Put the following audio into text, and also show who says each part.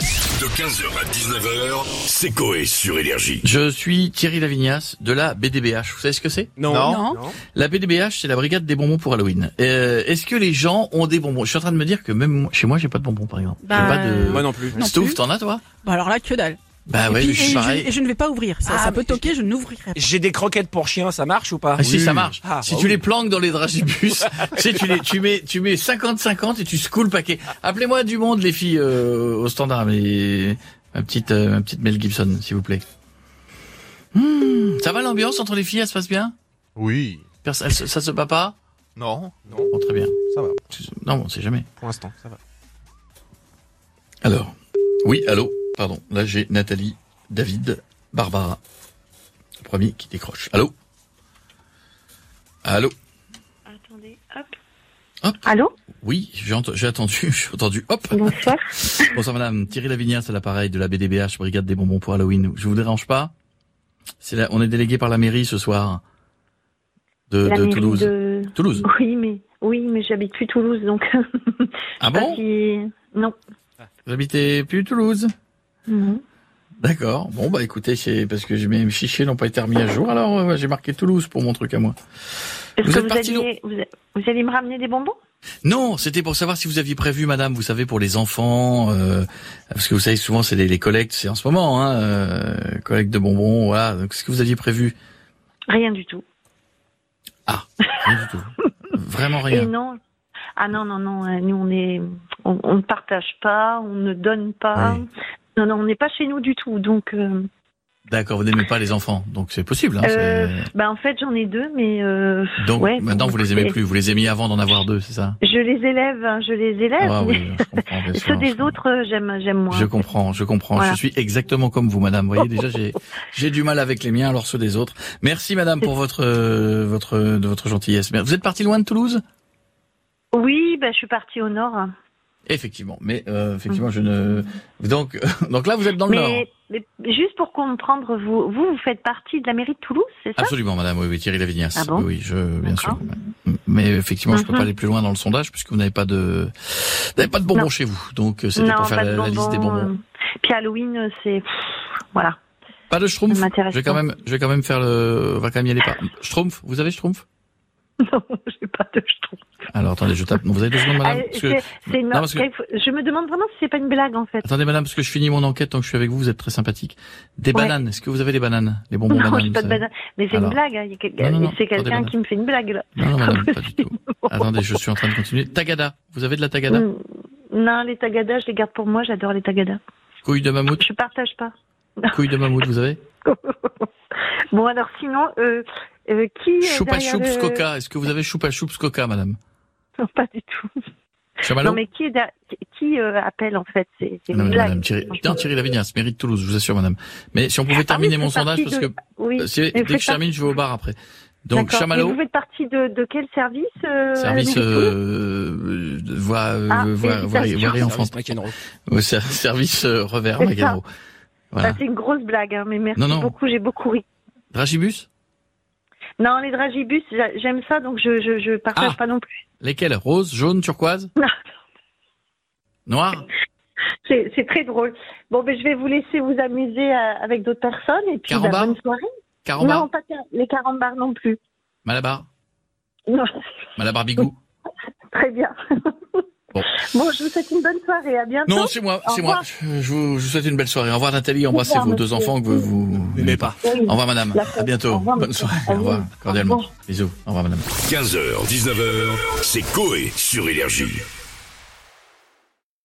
Speaker 1: De 15h à 19h, c'est Coé sur Énergie.
Speaker 2: Je suis Thierry Lavignasse de la BDBH. Vous savez ce que c'est
Speaker 3: Non.
Speaker 4: Non.
Speaker 2: La BDBH, c'est la brigade des bonbons pour Halloween. Euh, Est-ce que les gens ont des bonbons Je suis en train de me dire que même moi- chez moi, j'ai pas de bonbons, par exemple. J'ai
Speaker 4: Bah,
Speaker 2: pas de...
Speaker 3: Moi non plus.
Speaker 4: non
Speaker 2: Stouff,
Speaker 4: plus.
Speaker 2: t'en as toi
Speaker 4: Bah alors là, que dalle.
Speaker 2: Bah
Speaker 4: et,
Speaker 2: ouais,
Speaker 4: puis-
Speaker 2: je
Speaker 4: et
Speaker 2: suis
Speaker 4: je, et
Speaker 2: pareil.
Speaker 4: je ne vais pas ouvrir. Ça,
Speaker 3: Ah,
Speaker 4: ça peut
Speaker 3: mais-
Speaker 4: toquer, je n'ouvrirai pas.
Speaker 3: J'ai des croquettes pour chiens, ça marche ou pas
Speaker 2: Ah, si ça marche.
Speaker 3: Ah,
Speaker 2: si
Speaker 3: bah
Speaker 2: tu
Speaker 3: oui.
Speaker 2: les planques dans les dragibus, tu sais, tu, les, tu mets, tu mets 50-50 et tu secoues le paquet. Appelez-moi du monde, les filles, euh, au standard, mais ma petite, euh, ma petite Mel Gibson, s'il vous plaît. Hmm, ça va l'ambiance entre les filles, elle se passe bien
Speaker 5: Oui.
Speaker 2: Perso- elle se- Ça se bat pas
Speaker 5: Non.
Speaker 2: Bon, très bien.
Speaker 3: Ça va.
Speaker 2: Non, on sait jamais.
Speaker 3: Pour l'instant, ça va.
Speaker 2: Alors, oui, allô, pardon. Là, j'ai Nathalie, David, Barbara. Le premier qui décroche. Allô Allô
Speaker 6: Attendez, hop.
Speaker 2: Hop.
Speaker 6: Allô
Speaker 2: Oui, j'ai ent- j'ai attendu, j'ai entendu. Hop
Speaker 6: Bonsoir.
Speaker 2: Bonsoir madame, Thierry Lavignasse à l'appareil de la BDBH, Brigade des bonbons pour Halloween. Je vous dérange pas C'est là, On est délégué par la mairie ce soir de,
Speaker 6: La
Speaker 2: de
Speaker 6: mairie
Speaker 2: Toulouse.
Speaker 6: de-
Speaker 2: Toulouse
Speaker 6: Oui, mais oui, mais j'habite plus Toulouse, donc.
Speaker 2: Ah
Speaker 6: pas
Speaker 2: bon
Speaker 6: si- Non.
Speaker 2: Vous habitez plus Toulouse
Speaker 6: Non.
Speaker 2: D'accord. Bon bah écoutez, c'est parce que j'ai- mes fichiers n'ont pas été remis à jour, alors euh, j'ai marqué Toulouse pour mon truc à moi.
Speaker 6: Est-ce
Speaker 2: Vous
Speaker 6: que
Speaker 2: êtes
Speaker 6: vous
Speaker 2: parti
Speaker 6: alliez... vous, vous allez me ramener des bonbons
Speaker 2: Non, c'était pour savoir si vous aviez prévu, madame, vous savez, pour les enfants, euh, parce que vous savez, souvent, c'est les, les collectes, c'est en ce moment, hein, euh, collecte de bonbons, voilà. Donc, ce que vous aviez prévu
Speaker 6: Rien du tout.
Speaker 2: Rien du tout. Vraiment
Speaker 6: Et
Speaker 2: rien.
Speaker 6: non. Ah non non non, euh, nous on est, on, on ne partage pas, on ne donne pas.
Speaker 2: Oui.
Speaker 6: Non non, on n'est pas chez nous du tout. Donc, euh,
Speaker 2: D'accord, vous n'aimez pas les enfants, donc c'est possible. Hein,
Speaker 6: euh,
Speaker 2: c'est-
Speaker 6: bah, en fait j'en ai deux, mais euh,
Speaker 2: donc,
Speaker 6: ouais,
Speaker 2: maintenant,
Speaker 6: bon,
Speaker 2: vous les aimez
Speaker 6: écoutez.
Speaker 2: plus, vous les aimiez avant d'en avoir deux, c'est ça
Speaker 6: je les élève, hein, je les élève.
Speaker 2: Ah
Speaker 6: mais
Speaker 2: oui, je comprends. bien
Speaker 6: Ceux
Speaker 2: sûr, je
Speaker 6: des
Speaker 2: comprends.
Speaker 6: autres, euh, j'aime j'aime moins.
Speaker 2: Je comprends, je comprends.
Speaker 6: Voilà.
Speaker 2: Je suis exactement comme vous, madame. Vous voyez, déjà, j'ai, j'ai du mal avec les miens, alors ceux des autres. Merci, madame, pour votre, euh, votre, de votre gentillesse. Vous êtes partie loin de Toulouse?
Speaker 6: Oui, bah je suis partie au nord. hein.
Speaker 2: Effectivement, mais euh, effectivement, je ne. Donc, euh, donc là, vous êtes dans le Nord.
Speaker 6: Mais, mais juste pour comprendre, vous, vous, vous faites partie de la mairie de Toulouse, c'est ça
Speaker 2: Absolument, madame, oui, oui Thierry Lavignasse.
Speaker 6: Ah bon
Speaker 2: oui, oui, je, bien sûr.
Speaker 6: D'accord.
Speaker 2: Mais effectivement, je peux
Speaker 6: Mhm.
Speaker 2: pas aller plus loin dans le sondage puisque vous n'avez pas de, vous n'avez pas de bonbons
Speaker 6: Non.
Speaker 2: chez vous. Donc, euh, c'était
Speaker 6: Non,
Speaker 2: pour faire
Speaker 6: pas
Speaker 2: la,
Speaker 6: de
Speaker 2: la liste des
Speaker 6: bonbons,
Speaker 2: bonbons.
Speaker 6: euh, Puis Halloween, euh, c'est pff, voilà,
Speaker 2: Pas de
Speaker 6: ça ne
Speaker 2: schtroumpf.
Speaker 6: m'intéresse.
Speaker 2: Je vais quand
Speaker 6: pas.
Speaker 2: même, je vais quand même faire le, on va quand même y aller par. Schtroumpf, vous avez schtroumpf
Speaker 6: Non, j'ai pas de jetons.
Speaker 2: Alors, attendez, je tape. Vous avez deux secondes, madame.
Speaker 6: Ah,
Speaker 2: Parce que-
Speaker 6: c'est- c'est une-
Speaker 2: Non, parce que-
Speaker 6: Eh, faut- Je me demande vraiment si c'est pas une blague en fait.
Speaker 2: Attendez, madame, parce que je finis mon enquête tant que je suis avec vous. Vous êtes très sympathique. Des
Speaker 6: Ouais.
Speaker 2: bananes. Est-ce que vous avez des bananes, les bonbons
Speaker 6: Non, j'ai
Speaker 2: bananes
Speaker 6: pas de
Speaker 2: ça-
Speaker 6: banane. Mais c'est
Speaker 2: Alors.
Speaker 6: une blague. hein. Il y a quel-
Speaker 2: Non, non, non,
Speaker 6: C'est
Speaker 2: pas des
Speaker 6: quelqu'un
Speaker 2: bananes.
Speaker 6: qui me fait une blague là.
Speaker 2: Non, non,
Speaker 6: Pas
Speaker 2: madame, pas du tout.
Speaker 6: possible.
Speaker 2: Attendez, je suis en train de continuer. Tagada. Vous avez de la tagada
Speaker 6: Mm. Non, les tagadas, je les garde pour moi. J'adore les tagadas.
Speaker 2: Couille de mammouth.
Speaker 6: Je partage pas.
Speaker 2: Couille de mammouth, vous avez
Speaker 6: Bon alors sinon, euh, euh, qui est
Speaker 2: Choupa
Speaker 6: derrière
Speaker 2: Choups
Speaker 6: le-
Speaker 2: Coca. Est-ce que vous avez Choupa Choups Coca, madame
Speaker 6: Non, pas du tout.
Speaker 2: Chamallow
Speaker 6: Non, mais qui, est derrière- qui- qui, euh, appelle en fait C'est c'est
Speaker 2: Non,
Speaker 6: une
Speaker 2: mais
Speaker 6: blague.
Speaker 2: madame, Thierry,
Speaker 6: franchement.
Speaker 2: non, Thierry Lavignasse, mairie de Toulouse, je vous assure, madame. Mais si on pouvait terminer
Speaker 6: oui,
Speaker 2: mon
Speaker 6: c'est parti
Speaker 2: sondage, parce que
Speaker 6: de- Oui.
Speaker 2: euh, si- dès
Speaker 6: Mais
Speaker 2: que
Speaker 6: faites
Speaker 2: je termine, je vais au bar après. Donc,
Speaker 6: D'accord. Mais
Speaker 2: Chamallow,
Speaker 6: vous faites partie de, de quel service euh,
Speaker 2: service
Speaker 6: à la mairie de Toulouse
Speaker 2: euh, euh, voie, euh,
Speaker 6: Ah,
Speaker 2: voie, voie, voie- voie-
Speaker 6: félicitations.
Speaker 3: Service
Speaker 2: enfant.
Speaker 3: McEnroe.
Speaker 2: Au ser- service euh, revers,
Speaker 6: C'est ça.
Speaker 2: Magaro. Voilà.
Speaker 6: Bah, C'est une grosse blague, hein, mais merci
Speaker 2: Non, non.
Speaker 6: beaucoup, j'ai beaucoup ri.
Speaker 2: Dragibus
Speaker 6: Non, les dragibus, j'a- j'aime ça, donc je je, je partage
Speaker 2: Ah.
Speaker 6: pas non plus.
Speaker 2: Lesquels Rose, jaune, turquoise
Speaker 6: Non.
Speaker 2: Noir
Speaker 6: C'est c'est très drôle. Bon, ben, je vais vous laisser vous amuser euh, avec d'autres personnes et puis bah,
Speaker 2: Carambar
Speaker 6: bonne soirée.
Speaker 2: Carambar
Speaker 6: Non, pas car- les carambars non plus.
Speaker 2: Malabar
Speaker 6: Non,
Speaker 2: Malabar Bigou
Speaker 6: très bien.
Speaker 2: Bon.
Speaker 6: bon, je vous souhaite une bonne soirée, à bientôt.
Speaker 2: Non, c'est moi,
Speaker 6: Au
Speaker 2: c'est moi.
Speaker 6: revoir.
Speaker 2: Je, je vous, je vous souhaite une belle soirée. Au revoir Nathalie, embrassez
Speaker 6: revoir,
Speaker 2: vos deux
Speaker 6: monsieur.
Speaker 2: enfants que vous, vous
Speaker 3: N'aimez pas.
Speaker 6: Oui.
Speaker 2: Au revoir madame,
Speaker 6: La
Speaker 2: à
Speaker 6: fête.
Speaker 2: bientôt.
Speaker 6: Au revoir,
Speaker 2: Bonne
Speaker 6: monsieur.
Speaker 2: soirée,
Speaker 6: Au
Speaker 2: au
Speaker 6: revoir.
Speaker 2: revoir, cordialement.
Speaker 6: Au revoir.
Speaker 2: Bisous, au revoir madame.
Speaker 1: 15h, 19h, c'est Coé sur Énergie.